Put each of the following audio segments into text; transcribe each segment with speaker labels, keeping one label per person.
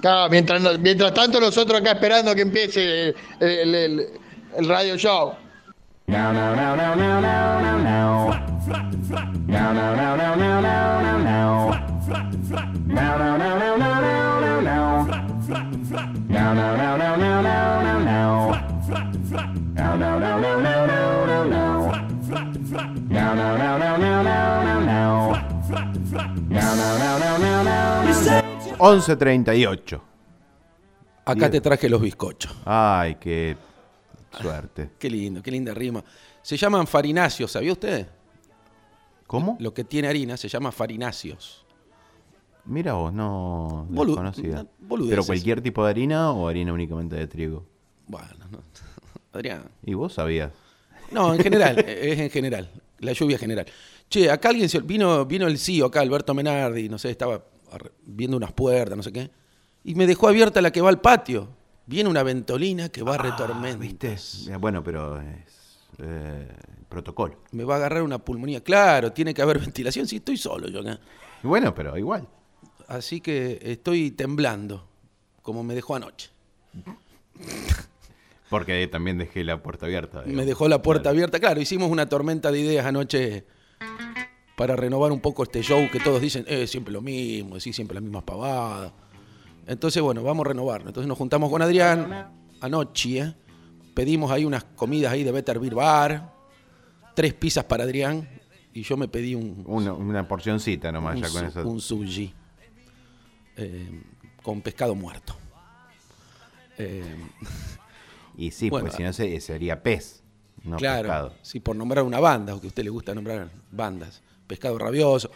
Speaker 1: Claro, mientras, no- mientras tanto nosotros acá esperando que empiece el, el- el- el radio show.
Speaker 2: Now, now, now, now, now, now, now, now. Now, now, now, now, now, now, now, now. Now, now, now, now, now, now, now, now. Now, now, now, now, now, now, now, now. Now, now, now, now, now, now, now, now. Now, now, now, now, now, now, now, now. Now, now, now, now, now, now, now.
Speaker 3: 11.38.
Speaker 4: Acá te traje los bizcochos.
Speaker 3: Ay, qué suerte.
Speaker 4: Qué lindo, qué linda rima. Se llaman farináceos, ¿sabía usted?
Speaker 3: ¿Cómo?
Speaker 4: Lo que tiene harina se llama farináceos.
Speaker 3: Mira vos, no
Speaker 4: Bolu-
Speaker 3: desconocida.
Speaker 4: no, boludeces.
Speaker 3: ¿Pero cualquier tipo de harina o harina únicamente de trigo?
Speaker 4: Bueno, no. Adrián.
Speaker 3: Y vos sabías.
Speaker 4: No, en general, eh, es en general. La lluvia es general. Che, acá alguien se, vino, vino el CEO, acá Alberto Menardi, no sé, estaba ar- viendo unas puertas, no sé qué. Y me dejó abierta la que va al patio. Viene una ventolina que va a retormentar.
Speaker 3: Eh, Bueno, pero es eh, protocolo.
Speaker 4: Me va a agarrar una pulmonía. Claro, tiene que haber ventilación. Sí, estoy solo yo acá.
Speaker 3: Y Bueno, pero igual.
Speaker 4: Así que estoy temblando, como me dejó anoche.
Speaker 3: Porque también dejé la puerta abierta.
Speaker 4: Me
Speaker 3: digamos.
Speaker 4: dejó la puerta
Speaker 3: Claro.
Speaker 4: abierta. Claro, hicimos una tormenta de ideas anoche para renovar un poco este show que todos dicen, es siempre lo mismo, decís siempre las mismas pavadas. Entonces, bueno, vamos a renovarlo. Entonces nos juntamos con Adrián anoche, ¿eh? pedimos ahí unas comidas ahí de Better Beer Bar, tres pizzas para Adrián y yo me pedí un,
Speaker 3: Una, una porcioncita nomás
Speaker 4: un
Speaker 3: ya con
Speaker 4: su-
Speaker 3: eso.
Speaker 4: un sushi eh, con pescado muerto. Eh,
Speaker 3: Y sí,
Speaker 4: Bueno.
Speaker 3: porque si no se- sería pez, no
Speaker 4: claro,
Speaker 3: pescado.
Speaker 4: sí, por nombrar una banda, o que a usted le gusta nombrar bandas, pescado rabioso.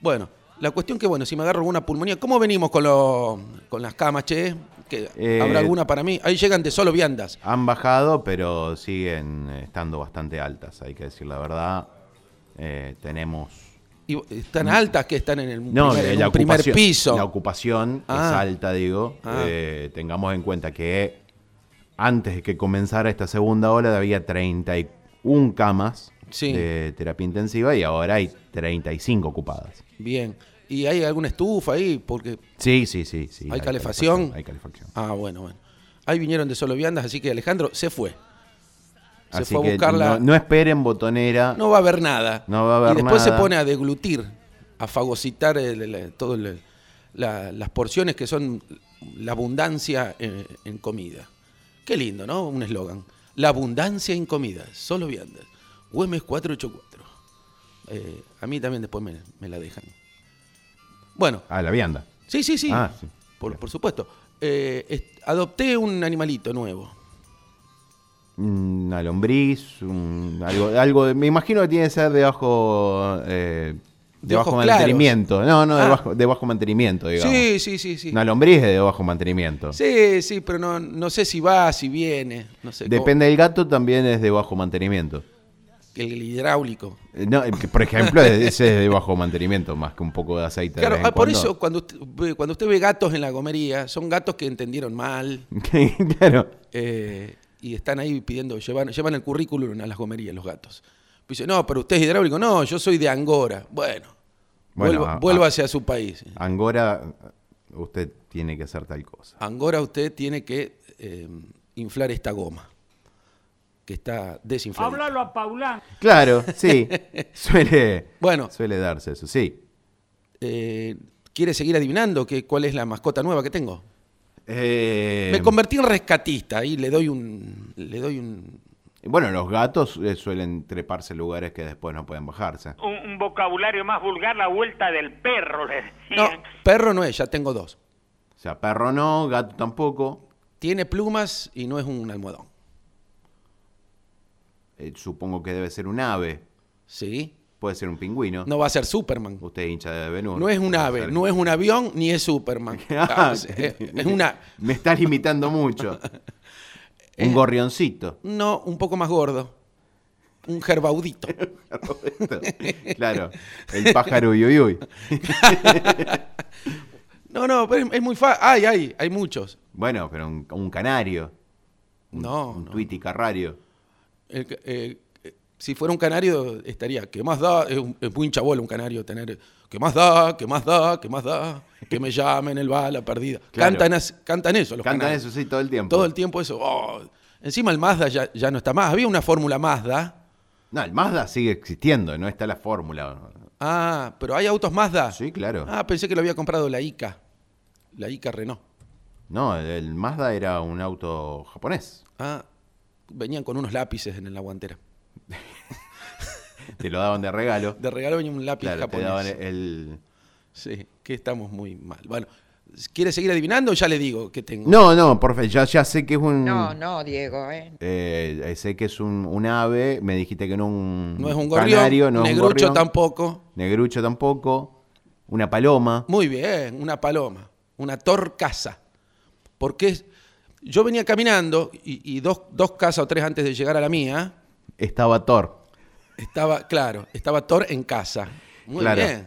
Speaker 4: Bueno, la cuestión que, bueno, si me agarro alguna pulmonía, ¿cómo venimos con, lo- con las camas, che? Que
Speaker 3: Eh,
Speaker 4: ¿Habrá alguna para mí? Ahí llegan de solo viandas.
Speaker 3: Han bajado, pero siguen estando bastante altas, hay que decir la verdad. Eh, tenemos
Speaker 4: Y están altas que están en el
Speaker 3: Mm. No,
Speaker 4: primer, en
Speaker 3: la
Speaker 4: un primer
Speaker 3: ocupación-
Speaker 4: piso.
Speaker 3: La ocupación es
Speaker 4: Ah.
Speaker 3: alta, digo.
Speaker 4: Ah.
Speaker 3: Eh, tengamos en cuenta que antes de que comenzara esta segunda ola había 31 camas
Speaker 4: Sí.
Speaker 3: de terapia intensiva y ahora hay 35 ocupadas.
Speaker 4: Bien. ¿Y hay alguna estufa ahí? Porque
Speaker 3: Sí, sí, sí. sí
Speaker 4: ¿Hay calefacción?
Speaker 3: Hay calefacción.
Speaker 4: Ah, bueno, bueno. Ahí vinieron de solo viandas, así que Alejandro se fue. Se
Speaker 3: Así
Speaker 4: fue a
Speaker 3: que
Speaker 4: buscarla.
Speaker 3: no, no esperen botonera.
Speaker 4: No va a haber nada.
Speaker 3: No va a haber
Speaker 4: Y después
Speaker 3: nada.
Speaker 4: se pone a deglutir, a fagocitar el- el- todo el- la- las porciones que son la abundancia eh, en, comida. Qué lindo, ¿no? Un eslogan. La abundancia en comida, solo viandas. Güemes 484. Eh, a mí también después me, me la dejan. Bueno,
Speaker 3: Ah, la vianda.
Speaker 4: sí, sí, sí.
Speaker 3: Ah, sí.
Speaker 4: Por, por supuesto. Eh, est- adopté un animalito nuevo.
Speaker 3: Una lombriz, un- algo, algo de- me imagino que tiene que ser de bajo, eh, de
Speaker 4: De
Speaker 3: bajo
Speaker 4: ojos claros.
Speaker 3: mantenimiento. No, no, de,
Speaker 4: Ah.
Speaker 3: bajo, de bajo mantenimiento, digamos.
Speaker 4: Sí, sí, sí, sí.
Speaker 3: Una lombriz es de bajo mantenimiento.
Speaker 4: Sí, sí, pero no, no sé si va, si viene, no sé.
Speaker 3: Depende del gato, también es de bajo mantenimiento.
Speaker 4: cómo- El hidráulico.
Speaker 3: Eh, No, eh, que, por ejemplo, ese es de bajo mantenimiento, más que un poco de aceite. de
Speaker 4: Claro,
Speaker 3: vez en
Speaker 4: ah, por
Speaker 3: cuando.
Speaker 4: eso cuando usted, ve- cuando usted ve gatos en la gomería, son gatos que entendieron mal
Speaker 3: claro.
Speaker 4: eh, y están ahí pidiendo, llevan, llevan el currículum a las gomerías los gatos. Dice, no, pero usted es hidráulico. No, yo soy de Angora. Bueno,
Speaker 3: Bueno,
Speaker 4: vuelva,
Speaker 3: a-
Speaker 4: vuelva
Speaker 3: a-
Speaker 4: hacia su país.
Speaker 3: Angora, usted tiene que hacer tal cosa.
Speaker 4: Angora usted tiene que eh, inflar esta goma que está desinflada.
Speaker 5: Háblalo a Paulán.
Speaker 3: Claro, sí. suele,
Speaker 4: Bueno.
Speaker 3: suele darse eso, sí.
Speaker 4: Eh, ¿Quiere seguir adivinando que, cuál es la mascota nueva que tengo?
Speaker 3: Eh,
Speaker 4: Me convertí en rescatista y le doy un. Le doy un.
Speaker 3: Bueno, los gatos eh, suelen treparse en lugares que después no pueden bajarse.
Speaker 5: Un, un vocabulario más vulgar, la vuelta del perro, le
Speaker 4: No,
Speaker 5: decían.
Speaker 4: perro no es, ya tengo dos.
Speaker 3: O sea, perro no, gato tampoco.
Speaker 4: Tiene plumas y no es un almohadón.
Speaker 3: Eh, supongo que debe ser un ave.
Speaker 4: ¿Sí?
Speaker 3: Puede ser un pingüino.
Speaker 4: No va a ser Superman.
Speaker 3: Usted es hincha de Benur.
Speaker 4: No es un ave, no es un avión, ni es Superman. Ah, es, es- es una.
Speaker 3: Me estás limitando mucho. un gorrioncito.
Speaker 4: No, un poco más gordo. Un gerbaudito.
Speaker 3: Claro. El pájaro yuyuy.
Speaker 4: No, no, pero es, es muy fácil. Ay, ay, hay muchos.
Speaker 3: Bueno, pero un, un canario. Un,
Speaker 4: No,
Speaker 3: un
Speaker 4: no.
Speaker 3: tuiti carrario.
Speaker 4: El que- eh, eh, si fuera un canario, estaría, que más da, es, un- es muy hinchabola un canario tener, que más da, que más da, que más da, que me llamen el bala perdida.
Speaker 3: Claro.
Speaker 4: Cantan, as- cantan eso los
Speaker 3: Cantan
Speaker 4: canarios.
Speaker 3: eso, sí, todo el tiempo.
Speaker 4: Todo el tiempo eso. oh. Encima el Mazda ya, ya no está más. Había una fórmula Mazda.
Speaker 3: No, el Mazda sigue existiendo, no está la fórmula.
Speaker 4: Ah, pero hay autos Mazda.
Speaker 3: Sí, claro.
Speaker 4: Ah, pensé que lo había comprado la ICA. La ICA Renault.
Speaker 3: No, el, el Mazda era un auto japonés.
Speaker 4: Ah, venían con unos lápices en la guantera.
Speaker 3: Te lo daban de regalo.
Speaker 4: De regalo venía un lápiz
Speaker 3: Claro, te
Speaker 4: japonés.
Speaker 3: daban eh, el...
Speaker 4: Sí, que estamos muy mal. Bueno, ¿quiere seguir adivinando o ya le digo que tengo?
Speaker 3: No, no, por fe- ya, ya sé que es un...
Speaker 6: No,
Speaker 4: Mm.
Speaker 6: no, Diego, ¿eh?
Speaker 3: Eh, eh, sé que es un, un ave, me dijiste que no un
Speaker 4: No es un gorrión,
Speaker 3: canario, no es un
Speaker 4: negrucho
Speaker 3: gorrión,
Speaker 4: tampoco.
Speaker 3: negrucho tampoco, una paloma,
Speaker 4: Muy bien, una paloma, una torcaza. Porque es- yo venía caminando y, y dos, dos casas o tres antes de llegar a la mía,
Speaker 3: estaba Thor.
Speaker 4: estaba, claro, estaba Thor en casa. Muy
Speaker 3: Claro.
Speaker 4: bien,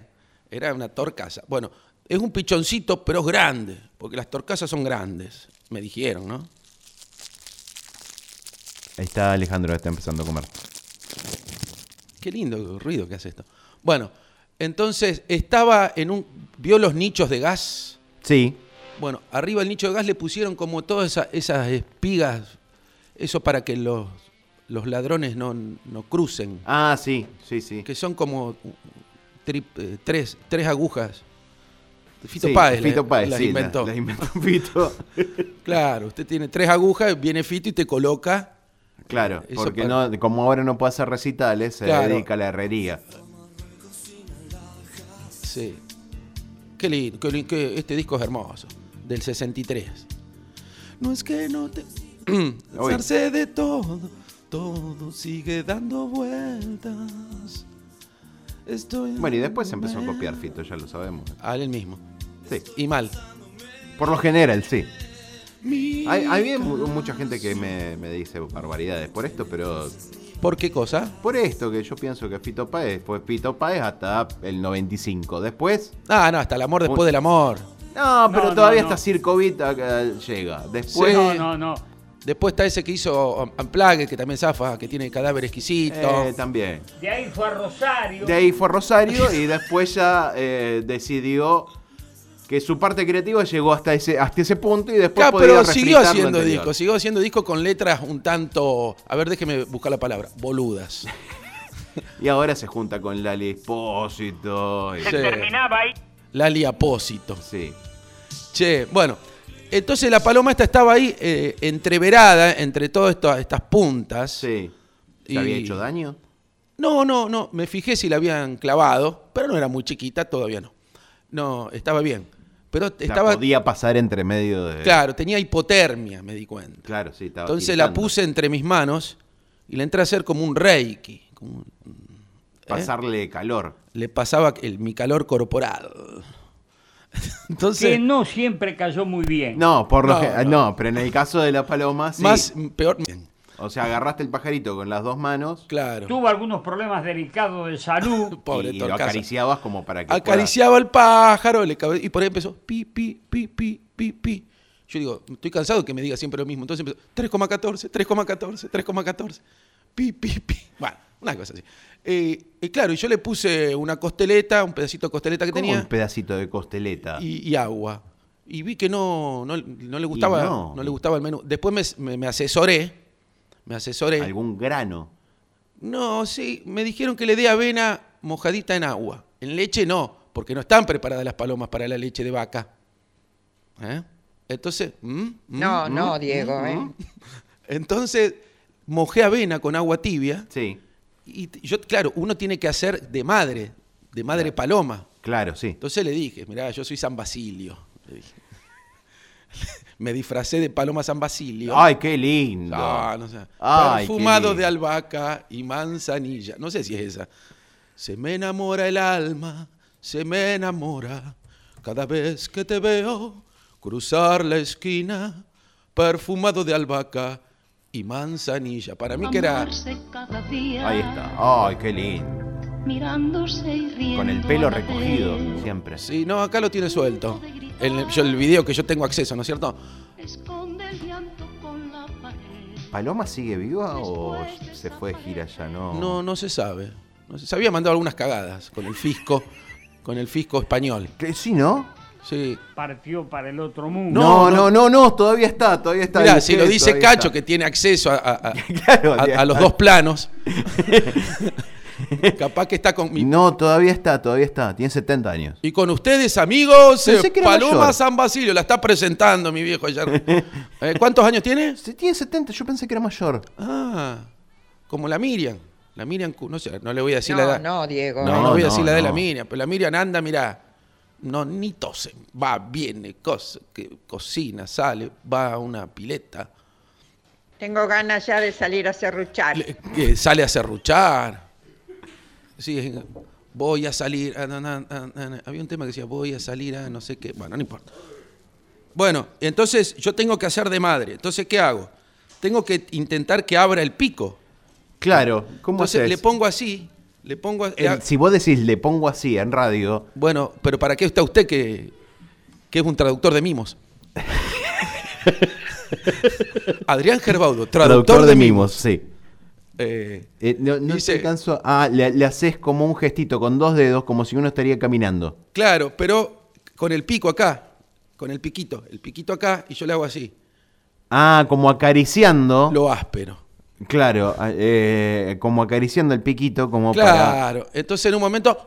Speaker 4: era una torcaza. Bueno, es un pichoncito, pero es grande, porque las torcazas son grandes, me dijeron, ¿no?
Speaker 3: Ahí está Alejandro, está empezando a comer.
Speaker 4: Qué lindo ruido que hace esto. Bueno, entonces estaba en un. vio los nichos de gas.
Speaker 3: Sí,
Speaker 4: Bueno, arriba el nicho de gas le pusieron como todas esa- esas espigas, eso para que los, los ladrones no, no crucen,
Speaker 3: ah, sí, sí, sí.
Speaker 4: que son como tri- eh, tres, tres agujas. Fito
Speaker 3: Sí,
Speaker 4: Páez, la-
Speaker 3: Fito Páez,
Speaker 4: las
Speaker 3: sí, la-
Speaker 4: inventó.
Speaker 3: las inventó Fito.
Speaker 4: Claro, usted tiene tres agujas, viene Fito y te coloca.
Speaker 3: Claro,
Speaker 4: Eso
Speaker 3: porque
Speaker 4: para-
Speaker 3: no, como ahora no puede hacer recitales, se
Speaker 4: Claro.
Speaker 3: dedica a la herrería.
Speaker 4: Sí. Qué lindo, qué lindo, qué- este disco es hermoso, del 63. No es que no te... Cansarse de todo, todo sigue dando vueltas. Estoy...
Speaker 3: Bueno, y después se empezó a copiar Fito, ya lo sabemos.
Speaker 4: A Ah, él mismo.
Speaker 3: Sí,
Speaker 4: Y mal.
Speaker 3: por lo general, sí.
Speaker 4: Ah,
Speaker 3: Hay, hay bien mu- mucha gente que me, me dice barbaridades por esto, pero
Speaker 4: ¿Por qué cosa?
Speaker 3: Por esto que yo pienso que Fito Páez fue Fito Páez hasta el 95. Después,
Speaker 4: Ah, no, hasta el amor después
Speaker 3: Un-
Speaker 4: del amor.
Speaker 3: no, pero
Speaker 7: no,
Speaker 3: todavía
Speaker 7: no.
Speaker 3: hasta Circo Beat acá llega. Después, eh,
Speaker 7: No, no, no.
Speaker 4: Después está ese que hizo Unplugged, que también zafa, que tiene cadáver exquisito.
Speaker 3: eh, también.
Speaker 7: De ahí fue a Rosario.
Speaker 3: De ahí fue Rosario y después ya eh, decidió que su parte creativa llegó hasta ese, hasta ese punto y después
Speaker 4: Claro,
Speaker 3: podía
Speaker 4: pero siguió
Speaker 3: refritar lo
Speaker 4: haciendo
Speaker 3: anterior.
Speaker 4: discos, siguió haciendo discos con letras un tanto, a ver, déjeme buscar la palabra, boludas.
Speaker 3: Y ahora se junta con Lali Espósito. y-
Speaker 5: Se
Speaker 4: Sí.
Speaker 5: terminaba ahí.
Speaker 4: Lali Apósito.
Speaker 3: Sí.
Speaker 4: Che, bueno, entonces la paloma esta estaba ahí eh, entreverada entre todas esta- estas puntas.
Speaker 3: sí. ¿Te
Speaker 4: Y-
Speaker 3: había hecho daño?
Speaker 4: No, no, no, me fijé si la habían clavado, pero no era muy chiquita, todavía no. No, estaba bien. Pero
Speaker 3: O sea,
Speaker 4: estaba,
Speaker 3: podía pasar entre medio de.
Speaker 4: claro, tenía hipotermia, me di cuenta.
Speaker 3: Claro, sí, estaba
Speaker 4: Entonces la
Speaker 3: tiritando.
Speaker 4: puse entre mis manos y la entré a hacer como un reiki, como un- ¿eh?
Speaker 3: Pasarle calor.
Speaker 4: le pasaba el, mi calor corporal. Entonces,
Speaker 7: Que no siempre cayó muy bien.
Speaker 3: No, por lo
Speaker 4: No,
Speaker 3: que- no.
Speaker 4: no.
Speaker 3: pero en el caso de la paloma, sí.
Speaker 4: más peor.
Speaker 3: O sea, agarraste el pajarito con las dos manos
Speaker 4: Claro.
Speaker 7: Tuvo algunos problemas delicados de salud.
Speaker 4: Pobre
Speaker 3: y lo
Speaker 4: Torcaza.
Speaker 3: acariciabas como para que
Speaker 4: Acariciaba al pájaro le cabe- y por ahí empezó pi, pi, pi, pi, pi, pi. Yo digo, estoy cansado de que me diga siempre lo mismo. Entonces empezó 3,14, 3,14, 3,14, pi, pi, pi. Bueno, una cosa así. Eh, y claro, y yo le puse una costeleta, un pedacito de costeleta que
Speaker 3: pueda- como
Speaker 4: tenía
Speaker 3: un pedacito de costeleta.
Speaker 4: y, y agua. Y vi que no, no, no le gustaba,
Speaker 3: no.
Speaker 4: no. le gustaba el menú. Después me, me- me asesoré, me asesoré.
Speaker 3: Algún grano.
Speaker 4: No, sí, me dijeron que le dé avena mojadita en agua. En leche no, porque no están preparadas las palomas para la leche de vaca. ¿Eh? Entonces, ¿mm? ¿mm?
Speaker 6: No, no, Diego, ¿eh?
Speaker 4: entonces mojé avena con agua tibia
Speaker 3: Sí,
Speaker 4: y t- yo, claro, uno tiene que hacer de madre, de madre paloma.
Speaker 3: claro, sí.
Speaker 4: Entonces le dije, mirá, yo soy San Basilio. le dije. me disfracé de paloma San Basilio.
Speaker 3: Ay, qué lindo.
Speaker 4: Ah, no sé.
Speaker 3: Ay, qué
Speaker 4: Perfumado
Speaker 3: lindo.
Speaker 4: de albahaca y manzanilla. No sé si es esa. Se me enamora el alma, se me enamora. Cada vez que te veo cruzar la esquina, perfumado de albahaca y manzanilla. Para mí que era.
Speaker 8: Amarse cada día,
Speaker 3: Ahí está. Ay, qué lindo.
Speaker 8: Mirándose y riendo.
Speaker 3: Con el pelo
Speaker 8: a la
Speaker 3: recogido,
Speaker 8: vez.
Speaker 3: siempre.
Speaker 4: Sí, no, acá lo tiene suelto. El, yo, el video que yo tengo acceso, ¿no es cierto?
Speaker 8: Esconde el llanto con la pared.
Speaker 3: ¿Paloma sigue viva o se fue de gira ya? No.
Speaker 4: No, no se sabe. No se, se había mandado algunas cagadas con el fisco, con el fisco español.
Speaker 3: Que Sí, ¿no?
Speaker 4: Sí.
Speaker 7: Partió para el otro mundo.
Speaker 3: No, no, no, no, todavía está, todavía está.
Speaker 4: Mirá,
Speaker 3: Dice,
Speaker 4: si lo dice
Speaker 3: todavía
Speaker 4: Cacho,
Speaker 3: está.
Speaker 4: que tiene acceso a, a- a-
Speaker 3: Claro,
Speaker 4: a- a los dos planos, capaz que está con mi-
Speaker 3: No, todavía está, todavía está. Tiene 70 años.
Speaker 4: Y con ustedes, amigos,
Speaker 3: Pensé
Speaker 4: eh,
Speaker 3: que era
Speaker 4: Paloma
Speaker 3: mayor.
Speaker 4: San Basilio, la está presentando mi viejo ayer. Eh, ¿Cuántos años tiene?
Speaker 3: Sí, Tiene 70, yo pensé que era mayor.
Speaker 4: Ah, como la Miriam. La Miriam, Cu- no sé, no le voy a decir la
Speaker 6: No,
Speaker 4: edad.
Speaker 6: no, Diego.
Speaker 4: No, no,
Speaker 3: No,
Speaker 4: voy a
Speaker 3: no,
Speaker 4: decir la de la
Speaker 3: no.
Speaker 4: Miriam, pero la Miriam anda, mirá, no, ni tose, va, viene, cosa, que, cocina, sale, va a una pileta,
Speaker 6: Tengo ganas ya de salir a serruchar.
Speaker 4: le- que sale a serruchar. Sí, es- voy a salir, ah, a- na- na- na- na- na. había un tema que decía, voy a salir a no sé qué, bueno, no importa. Bueno, entonces yo tengo que hacer de madre, entonces ¿qué hago? Tengo que intentar que abra el pico.
Speaker 3: Claro, ¿cómo
Speaker 4: Entonces
Speaker 3: haces?
Speaker 4: le pongo eh, así, le pongo... a- le
Speaker 3: El-
Speaker 4: ha-
Speaker 3: si vos decís le pongo así en radio,
Speaker 4: Bueno, pero ¿para qué está usted que, que es un traductor de mimos? Adrián Gerbaudo, traductor,
Speaker 3: traductor
Speaker 4: de, mimos.
Speaker 3: sí.
Speaker 4: Eh,
Speaker 3: Eh, no no
Speaker 4: Dice-
Speaker 3: te canso. Ah, le, le haces como un gestito con dos dedos, como si uno estaría caminando.
Speaker 4: claro, pero con el pico acá, con el piquito, el piquito acá, y yo le hago así,
Speaker 3: Ah, como acariciando.
Speaker 4: lo áspero.
Speaker 3: Claro, ah, eh, como acariciando el piquito, como para.
Speaker 4: Claro, entonces en un momento...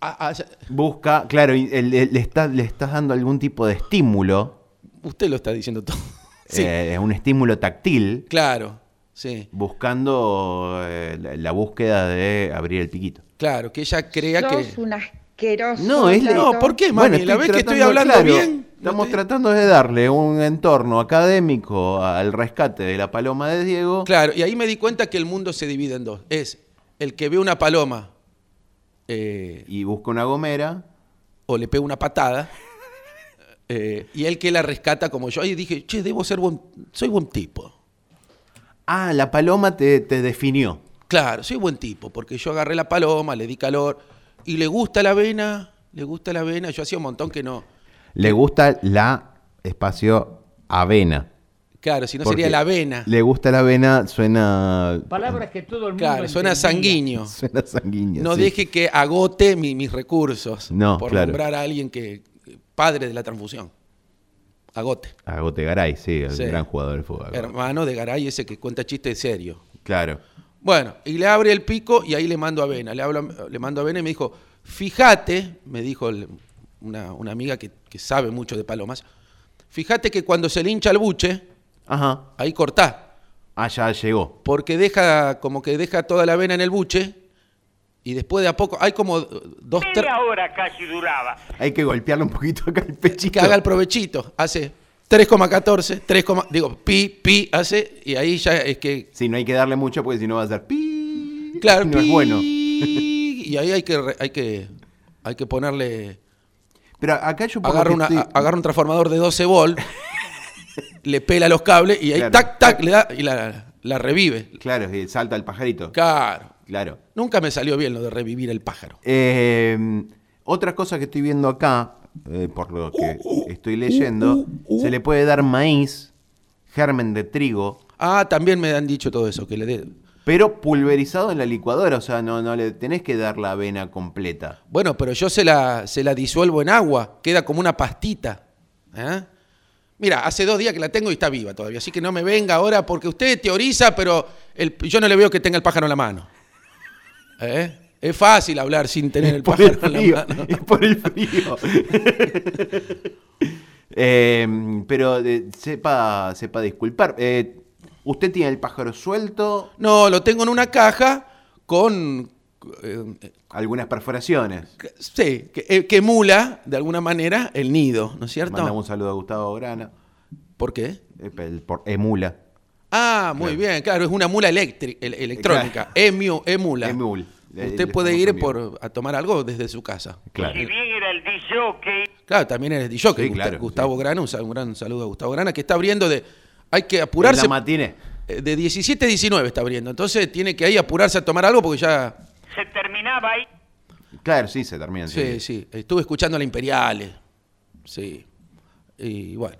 Speaker 4: ah, a- a-
Speaker 3: Busca, claro, y el- el- le, está- le estás dando algún tipo de estímulo.
Speaker 4: usted lo está diciendo todo. Sí,
Speaker 3: eh, un estímulo táctil.
Speaker 4: claro, sí,
Speaker 3: Buscando eh, la, la búsqueda de abrir el piquito.
Speaker 4: claro, que ella crea
Speaker 6: Sos
Speaker 4: que...
Speaker 6: un asqueroso.
Speaker 3: No, es la-
Speaker 6: Tato.
Speaker 4: No, ¿por qué, mami? la vez que estoy hablando
Speaker 3: claro,
Speaker 4: bien... no
Speaker 3: Estamos
Speaker 4: te-
Speaker 3: tratando de darle un entorno académico al rescate de la paloma de Diego.
Speaker 4: Claro, y ahí me di cuenta que el mundo se divide en dos. Es el que ve una paloma eh,
Speaker 3: Y busca una gomera.
Speaker 4: o le pega una patada eh, y el que la rescata como yo. Y dije, che, debo ser buen, soy buen tipo.
Speaker 3: Ah, la paloma te, te definió.
Speaker 4: Claro, soy buen tipo, porque yo agarré la paloma, le di calor y le gusta la avena, le gusta la avena. Yo hacía un montón que no.
Speaker 3: Le gusta la espacio avena.
Speaker 4: Claro, si no
Speaker 3: Porque
Speaker 4: sería la avena.
Speaker 3: Le gusta la avena, suena.
Speaker 7: Palabras que todo el mundo.
Speaker 4: Claro, suena
Speaker 7: entendía.
Speaker 4: sanguíneo.
Speaker 3: Suena sanguíneo.
Speaker 4: No
Speaker 3: sí.
Speaker 4: deje que agote mi- mis recursos
Speaker 3: No,
Speaker 4: por
Speaker 3: claro.
Speaker 4: nombrar a alguien que padre de la transfusión. Agote.
Speaker 3: Agote Ah, Garay, sí, el
Speaker 4: Sí.
Speaker 3: gran jugador de fútbol.
Speaker 4: Hermano de Garay, ese que cuenta chistes serio.
Speaker 3: Claro.
Speaker 4: Bueno, y le abre el pico y ahí le mando avena. Le, hablo, le mando avena y me dijo, fíjate, me dijo el- una, una amiga que, que sabe mucho de palomas, fíjate que cuando se le hincha el buche,
Speaker 3: Ajá.
Speaker 4: ahí cortá,
Speaker 3: Ah, ya llegó.
Speaker 4: porque deja, como que deja toda la avena en el buche y después de a poco, hay como eh, dos, tres...
Speaker 5: Media hora casi duraba.
Speaker 3: Hay que golpearle un poquito acá el
Speaker 4: Que
Speaker 3: pechito.
Speaker 4: haga el provechito, hace 3,14, 3, digo, pi, pi, hace, y ahí ya es que
Speaker 3: Sí, no hay que darle mucho porque si no va a ser pi.
Speaker 4: Claro,
Speaker 3: no es bueno.
Speaker 4: Y ahí hay que, re- hay que, hay que ponerle.
Speaker 3: Pero acá yo por lo
Speaker 4: Agarra,
Speaker 3: que
Speaker 4: una,
Speaker 3: estoy-
Speaker 4: a- agarra un transformador de 12 volt, le pela los cables y ahí
Speaker 3: Claro.
Speaker 4: tac, tac, le da y la, la revive.
Speaker 3: Claro, sí, salta el pajarito.
Speaker 4: Claro.
Speaker 3: Claro.
Speaker 4: Nunca me salió bien lo de revivir el pájaro.
Speaker 3: Eh, otra cosa que estoy viendo acá, eh, por lo que
Speaker 4: Uh,
Speaker 3: estoy leyendo, se le puede dar maíz, germen de trigo,
Speaker 4: Ah, también me han dicho todo eso, que le dé.
Speaker 3: pero pulverizado en la licuadora, o sea, no, no le tenés que dar la avena completa.
Speaker 4: Bueno, pero yo se la, se la disuelvo en agua, queda como una pastita. ¿eh? Mira, hace dos días que la tengo y está viva todavía, así que no me venga ahora porque usted teoriza, pero el- yo no le veo que tenga el pájaro en la mano. ¿Eh? Es fácil hablar sin tener el
Speaker 3: Por el
Speaker 4: pájaro en
Speaker 3: frío,
Speaker 4: la mano.
Speaker 3: es por el frío. Eh, pero eh, sepa, sepa disculpar. Eh, ¿Usted tiene el pájaro suelto?
Speaker 4: No, lo tengo en una caja con... eh,
Speaker 3: Algunas perforaciones.
Speaker 4: que- sí, que, eh, que emula de alguna manera el nido, ¿no es cierto?
Speaker 3: Mandamos un saludo a Gustavo Grana.
Speaker 4: ¿Por qué?
Speaker 3: eh, el por- emula.
Speaker 4: Ah, muy bien, claro, es una mula electri- el- electrónica,
Speaker 3: Claro.
Speaker 4: emu- emula.
Speaker 3: Emul. Le- le
Speaker 4: Usted puede
Speaker 3: famoso
Speaker 4: ir
Speaker 3: emul.
Speaker 4: por, a tomar algo desde su casa.
Speaker 3: Claro.
Speaker 5: Si bien era el DJ,
Speaker 4: Claro, también eres DJ, que
Speaker 3: Sí, claro,
Speaker 4: Gustavo
Speaker 3: sí.
Speaker 4: Grana, un, sal- un gran saludo a Gustavo Grana, que está abriendo de... Hay que
Speaker 3: Curarse.
Speaker 4: apurarse, eh, de 17 a 19 está abriendo, entonces tiene que ahí apurarse a tomar algo porque ya...
Speaker 5: se terminaba ahí.
Speaker 3: Claro, sí, se termina.
Speaker 4: Sí, sí, estuve escuchando a la Imperiales, sí, y bueno,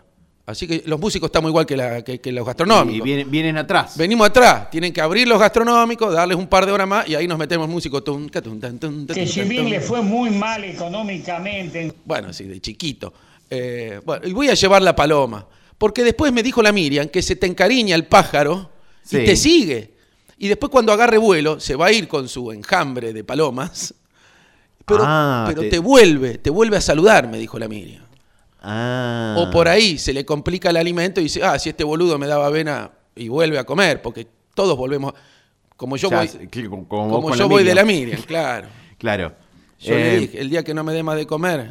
Speaker 4: Así que los músicos estamos igual que, la- que- que los
Speaker 3: Y
Speaker 4: gastronómicos.
Speaker 3: vienen, vienen atrás.
Speaker 4: Venimos atrás, tienen que abrir los gastronómicos, darles un par de horas más y ahí nos metemos músicos. Tun, ca, tun, tan, tun, tan,
Speaker 7: Que
Speaker 4: tun,
Speaker 7: si
Speaker 4: tan,
Speaker 7: bien
Speaker 4: tun.
Speaker 7: le fue muy mal económicamente,
Speaker 4: Bueno, sí, de chiquito. Eh, bueno, y voy a llevar la paloma. Porque después me dijo la Miriam que se te encariña el pájaro
Speaker 3: Sí.
Speaker 4: y te sigue. Y después cuando agarre vuelo, se va a ir con su enjambre de palomas. Pero,
Speaker 3: Ah,
Speaker 4: pero
Speaker 3: te-
Speaker 4: te... vuelve, te vuelve a saludar, me dijo la Miriam.
Speaker 3: Ah.
Speaker 4: O por ahí se le complica el alimento y dice, ah, si este boludo me daba avena y vuelve a comer, porque todos volvemos. Como yo
Speaker 3: Ya,
Speaker 4: voy,
Speaker 3: sí, que- como vos
Speaker 4: como
Speaker 3: con
Speaker 4: yo
Speaker 3: la
Speaker 4: voy de la
Speaker 3: Miriam.
Speaker 4: Miriam, claro.
Speaker 3: Claro.
Speaker 4: Yo le
Speaker 3: Eh,
Speaker 4: dije, el día que no me dé más de comer.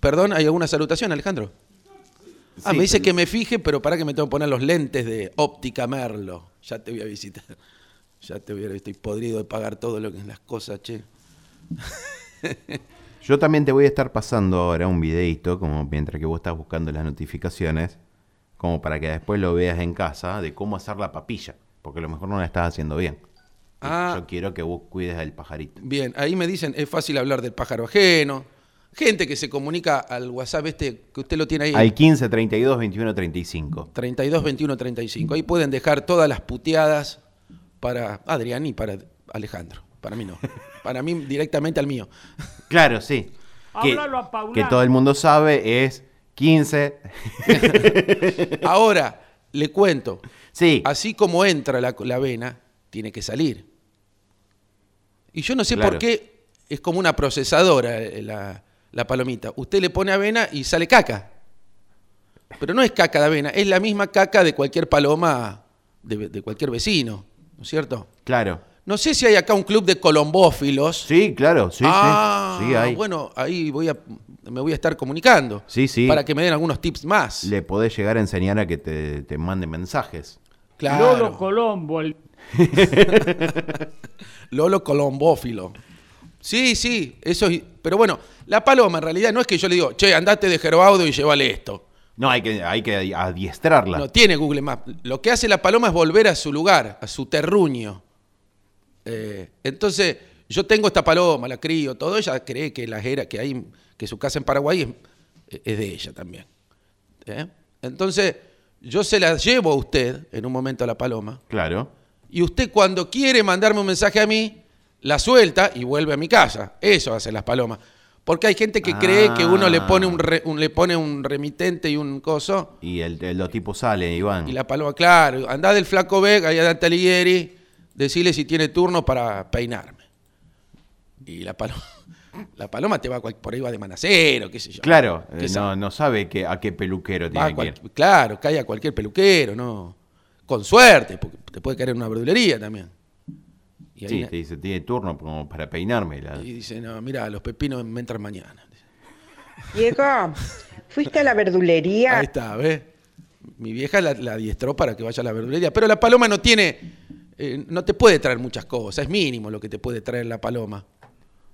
Speaker 4: Perdón, ¿hay alguna salutación, Alejandro? Ah,
Speaker 3: sí,
Speaker 4: me dice
Speaker 3: pero-
Speaker 4: que me fije, pero para que me tengo que poner los lentes de óptica Merlo. Ya te voy a visitar. Ya te voy a estoy podrido de pagar todo lo que es las cosas, che.
Speaker 3: Yo también te voy a estar pasando ahora un videito, como mientras que vos estás buscando las notificaciones, como para que después lo veas en casa, de cómo hacer la papilla, porque a lo mejor no la estás haciendo bien.
Speaker 4: Ah.
Speaker 3: Yo quiero que vos cuides al pajarito.
Speaker 4: Bien, ahí me dicen, es fácil hablar del pájaro ajeno. Gente que se comunica al WhatsApp este que usted lo tiene ahí.
Speaker 3: Al 15, 32, 21, 35.
Speaker 4: 32 21 35. Ahí pueden dejar todas las puteadas para Adrián y para Alejandro. Para mí no. Para mí directamente al mío.
Speaker 3: Claro, sí. Que,
Speaker 7: Háblalo a Paulán.
Speaker 3: que todo el mundo sabe es 15.
Speaker 4: Ahora, le cuento.
Speaker 3: Sí,
Speaker 4: Así como entra la, la vena, tiene que salir. Y yo no sé
Speaker 3: Claro.
Speaker 4: por qué es como una procesadora eh, la, la palomita. Usted le pone avena y sale caca. Pero no es caca de avena, es la misma caca de cualquier paloma, de, de cualquier vecino, ¿no es cierto?
Speaker 3: claro.
Speaker 4: No sé si hay acá un club de colombófilos.
Speaker 3: Sí, claro, sí, sí.
Speaker 4: ah,
Speaker 3: sí. hay.
Speaker 4: bueno, ahí voy a, me voy a estar comunicando.
Speaker 3: Sí, sí.
Speaker 4: Para que me den algunos tips más.
Speaker 3: Le podés llegar a enseñar a que te, te mande mensajes.
Speaker 4: claro.
Speaker 7: Lolo Colombo, el
Speaker 4: Lolo Colombófilo. Sí, sí, eso es. Pero bueno, la paloma en realidad no es que yo le digo, che, andate de Gerbaudo y llévale esto.
Speaker 3: No, hay que, hay que adiestrarla.
Speaker 4: No tiene Google Maps. Lo que hace la paloma es volver a su lugar, a su terruño. Eh, entonces, yo tengo esta paloma, la crío, todo. Ella cree que la jera que hay, que su casa en Paraguay es, es de ella también. ¿Eh? Entonces, yo se la llevo a usted en un momento a la paloma.
Speaker 3: Claro.
Speaker 4: Y usted cuando quiere mandarme un mensaje a mí, la suelta y vuelve a mi casa. Eso hacen las palomas. Porque hay gente que cree que uno le pone un, re- un- le pone un remitente y un coso.
Speaker 3: Y el, el- los tipos salen, Iván.
Speaker 4: Y la paloma, claro, andá del flaco Beck, allá de Alighieri, decirle si tiene turno para peinarme. Y la paloma, la paloma te va a cual- por ahí va de manacero, qué sé yo.
Speaker 3: Claro,
Speaker 4: Qué
Speaker 3: eh,
Speaker 4: sé-
Speaker 3: no, no sabe que, a qué peluquero
Speaker 4: Va
Speaker 3: tiene
Speaker 4: a
Speaker 3: que
Speaker 4: cual-
Speaker 3: ir.
Speaker 4: claro, cae a cualquier peluquero, ¿no? Con suerte, porque te puede caer en una verdulería también. Y ahí
Speaker 3: Sí,
Speaker 4: na-
Speaker 3: te dice, tiene turno como para peinarme. la-
Speaker 4: Y dice, no, mira, los pepinos me entran mañana.
Speaker 6: Diego, ¿fuiste a la verdulería?
Speaker 4: Ahí está, ¿ves? Mi vieja la, la adiestró para que vaya a la verdulería. Pero la paloma no tiene, eh, no te puede traer muchas cosas, es mínimo lo que te puede traer la paloma.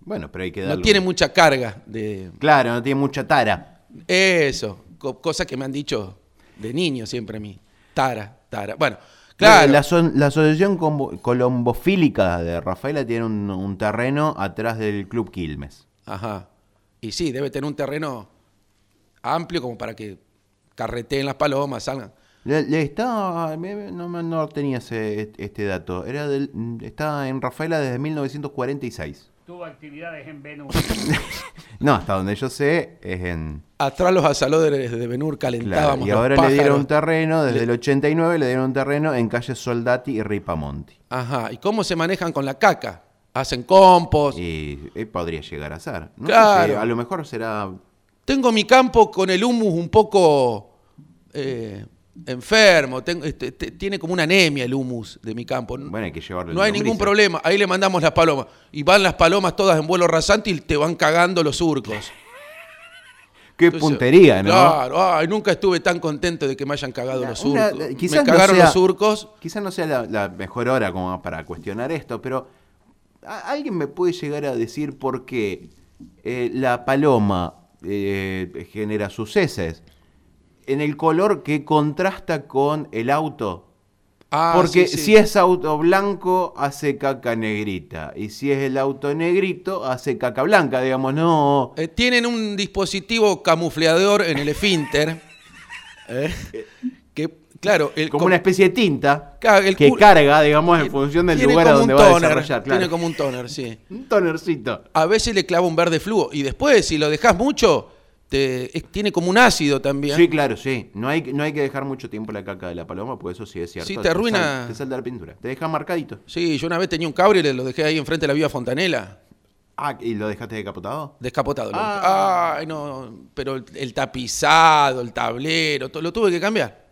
Speaker 3: Bueno, pero hay que darle.
Speaker 4: No tiene
Speaker 3: un-
Speaker 4: mucha carga de
Speaker 3: Claro, no tiene mucha tara.
Speaker 4: eso, co- cosas que me han dicho de niño siempre a mí. Tara, tara. Bueno, claro.
Speaker 3: Eh, La, aso- la asociación combo- colombofílica de Rafaela tiene un, un terreno atrás del Club Quilmes.
Speaker 4: Ajá. Y sí, debe tener un terreno amplio como para que carreteen las palomas, salgan.
Speaker 3: Le, le está. me- me- No, me- no tenía ese- este dato. Era del, está en Rafaela desde 1946.
Speaker 7: tuvo actividades en Venus.
Speaker 3: No, hasta donde yo sé, es en.
Speaker 4: Atrás los asalóderes de Benur
Speaker 3: Claro,
Speaker 4: calentábamos
Speaker 3: y
Speaker 4: los
Speaker 3: ahora le
Speaker 4: pájaros.
Speaker 3: dieron un terreno, desde
Speaker 4: Le-
Speaker 3: el 89 le dieron un terreno en calle Soldati y Ripamonti.
Speaker 4: Ajá, ¿y cómo se manejan con la caca? Hacen compos.
Speaker 3: Y eh, podría llegar a ser. No sé
Speaker 4: Claro.
Speaker 3: si- a lo mejor será.
Speaker 4: Tengo mi campo con el humus un poco eh, enfermo. Tengo- este, te- tiene como una anemia el humus de mi campo.
Speaker 3: Bueno, hay que llevarlo.
Speaker 4: no hay ningún problema. Ahí le mandamos las palomas. Y van las palomas todas en vuelo rasante y te van cagando los surcos.
Speaker 3: Qué
Speaker 4: Entonces,
Speaker 3: puntería, ¿no?
Speaker 4: Claro, ay, nunca estuve tan contento de que me hayan cagado los
Speaker 3: Una-
Speaker 4: surcos.
Speaker 3: eh,
Speaker 4: me cagaron
Speaker 3: sea-
Speaker 4: los surcos.
Speaker 3: Quizás no sea la, la mejor hora como para cuestionar esto, pero a- alguien me puede llegar a decir por qué eh, la paloma eh, genera sus heces en el color que contrasta con el auto.
Speaker 4: Ah,
Speaker 3: Porque
Speaker 4: sí, sí.
Speaker 3: si es auto blanco, hace caca negrita. Y si es el auto negrito, hace caca blanca. Digamos, no.
Speaker 4: Eh, tienen un dispositivo camufleador en el esfínter. ¿eh? Que, claro, el,
Speaker 3: Como una especie de tinta
Speaker 4: Claro, el
Speaker 3: que
Speaker 4: culo-
Speaker 3: carga, digamos, en función del lugar a donde va a
Speaker 4: toner,
Speaker 3: desarrollar. claro.
Speaker 4: Tiene como un toner, sí.
Speaker 3: Un tonercito.
Speaker 4: A veces le clava un verde fluo y después, si lo dejas mucho, te, es- tiene como un ácido también.
Speaker 3: Sí, claro, sí. No hay, no hay que dejar mucho tiempo la caca de la paloma, porque eso sí es cierto.
Speaker 4: Sí, te arruina-
Speaker 3: sal- Te salta la pintura. Te deja marcadito.
Speaker 4: Sí, yo una vez tenía un cabrio y le- lo dejé ahí enfrente de la Viva Fontanela,
Speaker 3: Ah, ¿y lo dejaste decapotado?
Speaker 4: descapotado. Lo-
Speaker 3: Ah.
Speaker 4: Ay, no, pero el, el tapizado, el tablero, to- lo tuve que cambiar.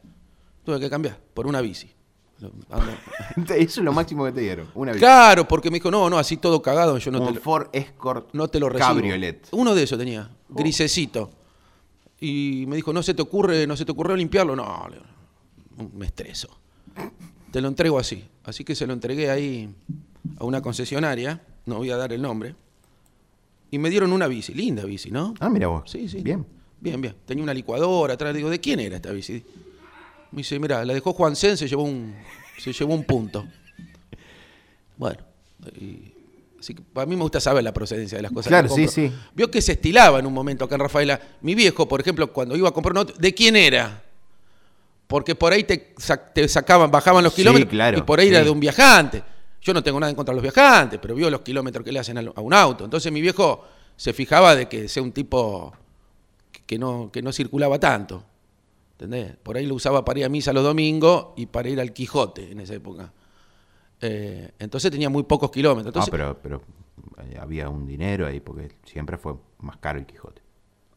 Speaker 4: Tuve que cambiar por una bici. Lo- ando-
Speaker 3: Eso es lo máximo que te dieron. Una vez.
Speaker 4: claro, porque me dijo, no, no, así todo cagado, yo no te
Speaker 3: un
Speaker 4: lo-
Speaker 3: Ford Escort
Speaker 4: No te lo recibo.
Speaker 3: Cabriolet.
Speaker 4: Uno de esos tenía, grisecito. Y me dijo, no se te ocurre, no se te ocurrió limpiarlo. No, le digo, me estreso. Te lo entrego así. Así que se lo entregué ahí a una concesionaria, no voy a dar el nombre. Y me dieron una bici, linda bici, ¿no?
Speaker 3: Ah, mira vos.
Speaker 4: Sí, sí.
Speaker 3: Bien. Ah,
Speaker 4: Bien, bien. Tenía una licuadora atrás. Digo, ¿de quién era esta bici? Me dice, mira, la dejó Juan Sen, se llevó un, se llevó un punto. Bueno. y- así que a mí me gusta saber la procedencia de las cosas.
Speaker 3: Claro,
Speaker 4: que compro.
Speaker 3: sí, sí.
Speaker 4: Vio que se estilaba en un momento acá en Rafaela. Mi viejo, por ejemplo, cuando iba a comprar un auto, ¿de quién era? Porque por ahí te, sac- te sacaban, bajaban los
Speaker 3: Sí,
Speaker 4: kilómetros
Speaker 3: claro,
Speaker 4: y por ahí
Speaker 3: sí.
Speaker 4: era de un viajante. Yo no tengo nada en contra de los viajantes, pero vio los kilómetros que le hacen al- a un auto. Entonces mi viejo se fijaba de que sea un tipo que- que no, que no circulaba tanto. ¿Entendés? Por ahí lo usaba para ir a misa los domingos y para ir al Quijote en esa época. Eh, entonces tenía muy pocos kilómetros. Entonces,
Speaker 3: ah, pero, pero eh, había un dinero ahí, porque siempre fue más caro el Quijote.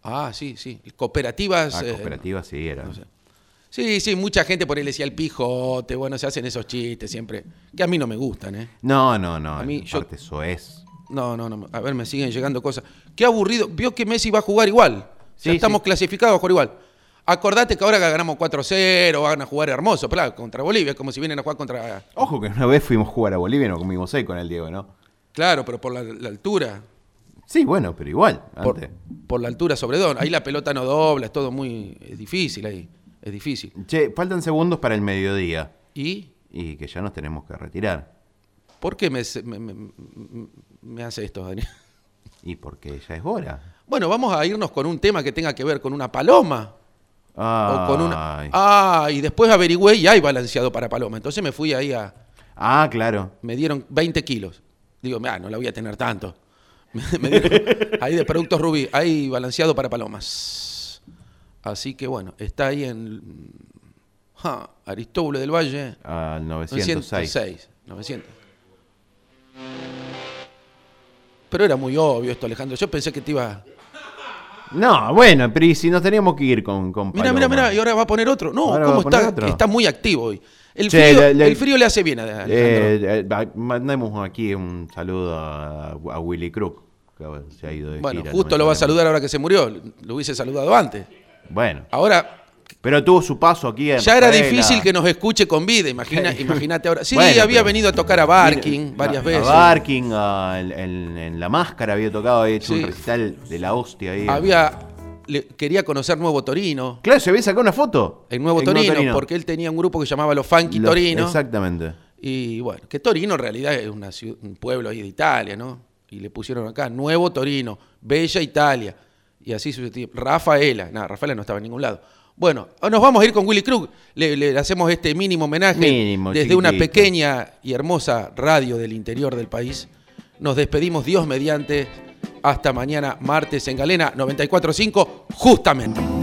Speaker 4: Ah, sí, sí. Cooperativas.
Speaker 3: Ah,
Speaker 4: eh,
Speaker 3: cooperativa sí era.
Speaker 4: no sé. Sí, sí, mucha gente por ahí le decía el pijote. Bueno, se hacen esos chistes siempre. Que a mí no me gustan, ¿eh?
Speaker 3: No, no, no.
Speaker 4: A mí, yo-
Speaker 3: aparte, eso es.
Speaker 4: No, no, no. A ver, me siguen llegando cosas. Qué aburrido. Vio que Messi va a jugar igual.
Speaker 3: Sí,
Speaker 4: ya estamos
Speaker 3: sí.
Speaker 4: clasificados a jugar igual. Acordate que ahora ganamos 4-0, van a jugar hermoso, pero claro, contra Bolivia, es como si vienen a jugar contra.
Speaker 3: Ojo que una vez fuimos a jugar a Bolivia y no comimos seis con el Diego, ¿no?
Speaker 4: Claro, pero por la, la altura.
Speaker 3: Sí, bueno, pero igual.
Speaker 4: Por,
Speaker 3: Antes.
Speaker 4: por la altura sobre Don. Ahí la pelota no dobla, es todo muy. Es difícil ahí. Es difícil.
Speaker 3: Che, faltan segundos para el mediodía
Speaker 4: Y
Speaker 3: y que ya nos tenemos que retirar.
Speaker 4: ¿Por qué me, se- me- me- me hace esto, Daniel?
Speaker 3: Y porque ya es hora.
Speaker 4: Bueno, vamos a irnos con un tema que tenga que ver con una paloma.
Speaker 3: Ah,
Speaker 4: O con una. Ah, y después averigüé y hay balanceado para paloma. Entonces me fui ahí a.
Speaker 3: ah, claro.
Speaker 4: Me dieron 20 kilos. Digo, ah, no la voy a tener tanto. Me dieron- ahí de productos rubí, hay balanceado para palomas. Así que bueno, está ahí en. Ja, Aristóbulo del Valle.
Speaker 3: Al 906.
Speaker 4: 906, 900. Pero era muy obvio esto, Alejandro. Yo pensé que te iba.
Speaker 3: No, bueno, pero y si nos teníamos que ir con, con
Speaker 4: Mira, mira,
Speaker 3: Paloma?
Speaker 4: mira, y ahora va a poner otro. No,
Speaker 3: Ahora va
Speaker 4: ¿cómo
Speaker 3: a poner
Speaker 4: está?
Speaker 3: otro.
Speaker 4: Está muy activo hoy. El,
Speaker 3: Che,
Speaker 4: frío,
Speaker 3: le- le-
Speaker 4: el frío le hace bien a Alejandro.
Speaker 3: Eh, eh, va- mandemos aquí un saludo a, a Willy Crook, que se ha ido de
Speaker 4: bueno,
Speaker 3: gira,
Speaker 4: justo lo va a
Speaker 3: lamentablemente.
Speaker 4: saludar ahora que se murió. Lo hubiese saludado antes.
Speaker 3: Bueno,
Speaker 4: Ahora,
Speaker 3: pero tuvo su paso aquí. en
Speaker 4: ya era
Speaker 3: Rafaela.
Speaker 4: difícil que nos escuche con vida. Imagina, imagínate ahora. Sí,
Speaker 3: Bueno,
Speaker 4: había
Speaker 3: pero-
Speaker 4: venido a tocar a Barking varias
Speaker 3: a,
Speaker 4: veces.
Speaker 3: A Barking, a- en, en- en La Máscara había tocado, había hecho
Speaker 4: Sí.
Speaker 3: un recital de la hostia ahí.
Speaker 4: había, le- quería conocer Nuevo Torino.
Speaker 3: Claro, se había sacado una foto.
Speaker 4: El Nuevo
Speaker 3: En
Speaker 4: Torino, porque él tenía un grupo que llamaba Los Funky
Speaker 3: Lo-
Speaker 4: Torino.
Speaker 3: Exactamente.
Speaker 4: Y bueno, que Torino en realidad es una ciu- un pueblo ahí de Italia, ¿no? Y le pusieron acá, Nuevo Torino, Bella Italia. Y así sucesivamente. Rafaela, nada, Rafaela no estaba en ningún lado. Bueno, nos vamos a ir con Willy Krug. Le, le hacemos este mínimo homenaje
Speaker 3: Mínimo,
Speaker 4: desde una
Speaker 3: chiquitito.
Speaker 4: pequeña y hermosa radio del interior del país. Nos despedimos, Dios mediante. Hasta mañana, martes en Galena 94.5, justamente.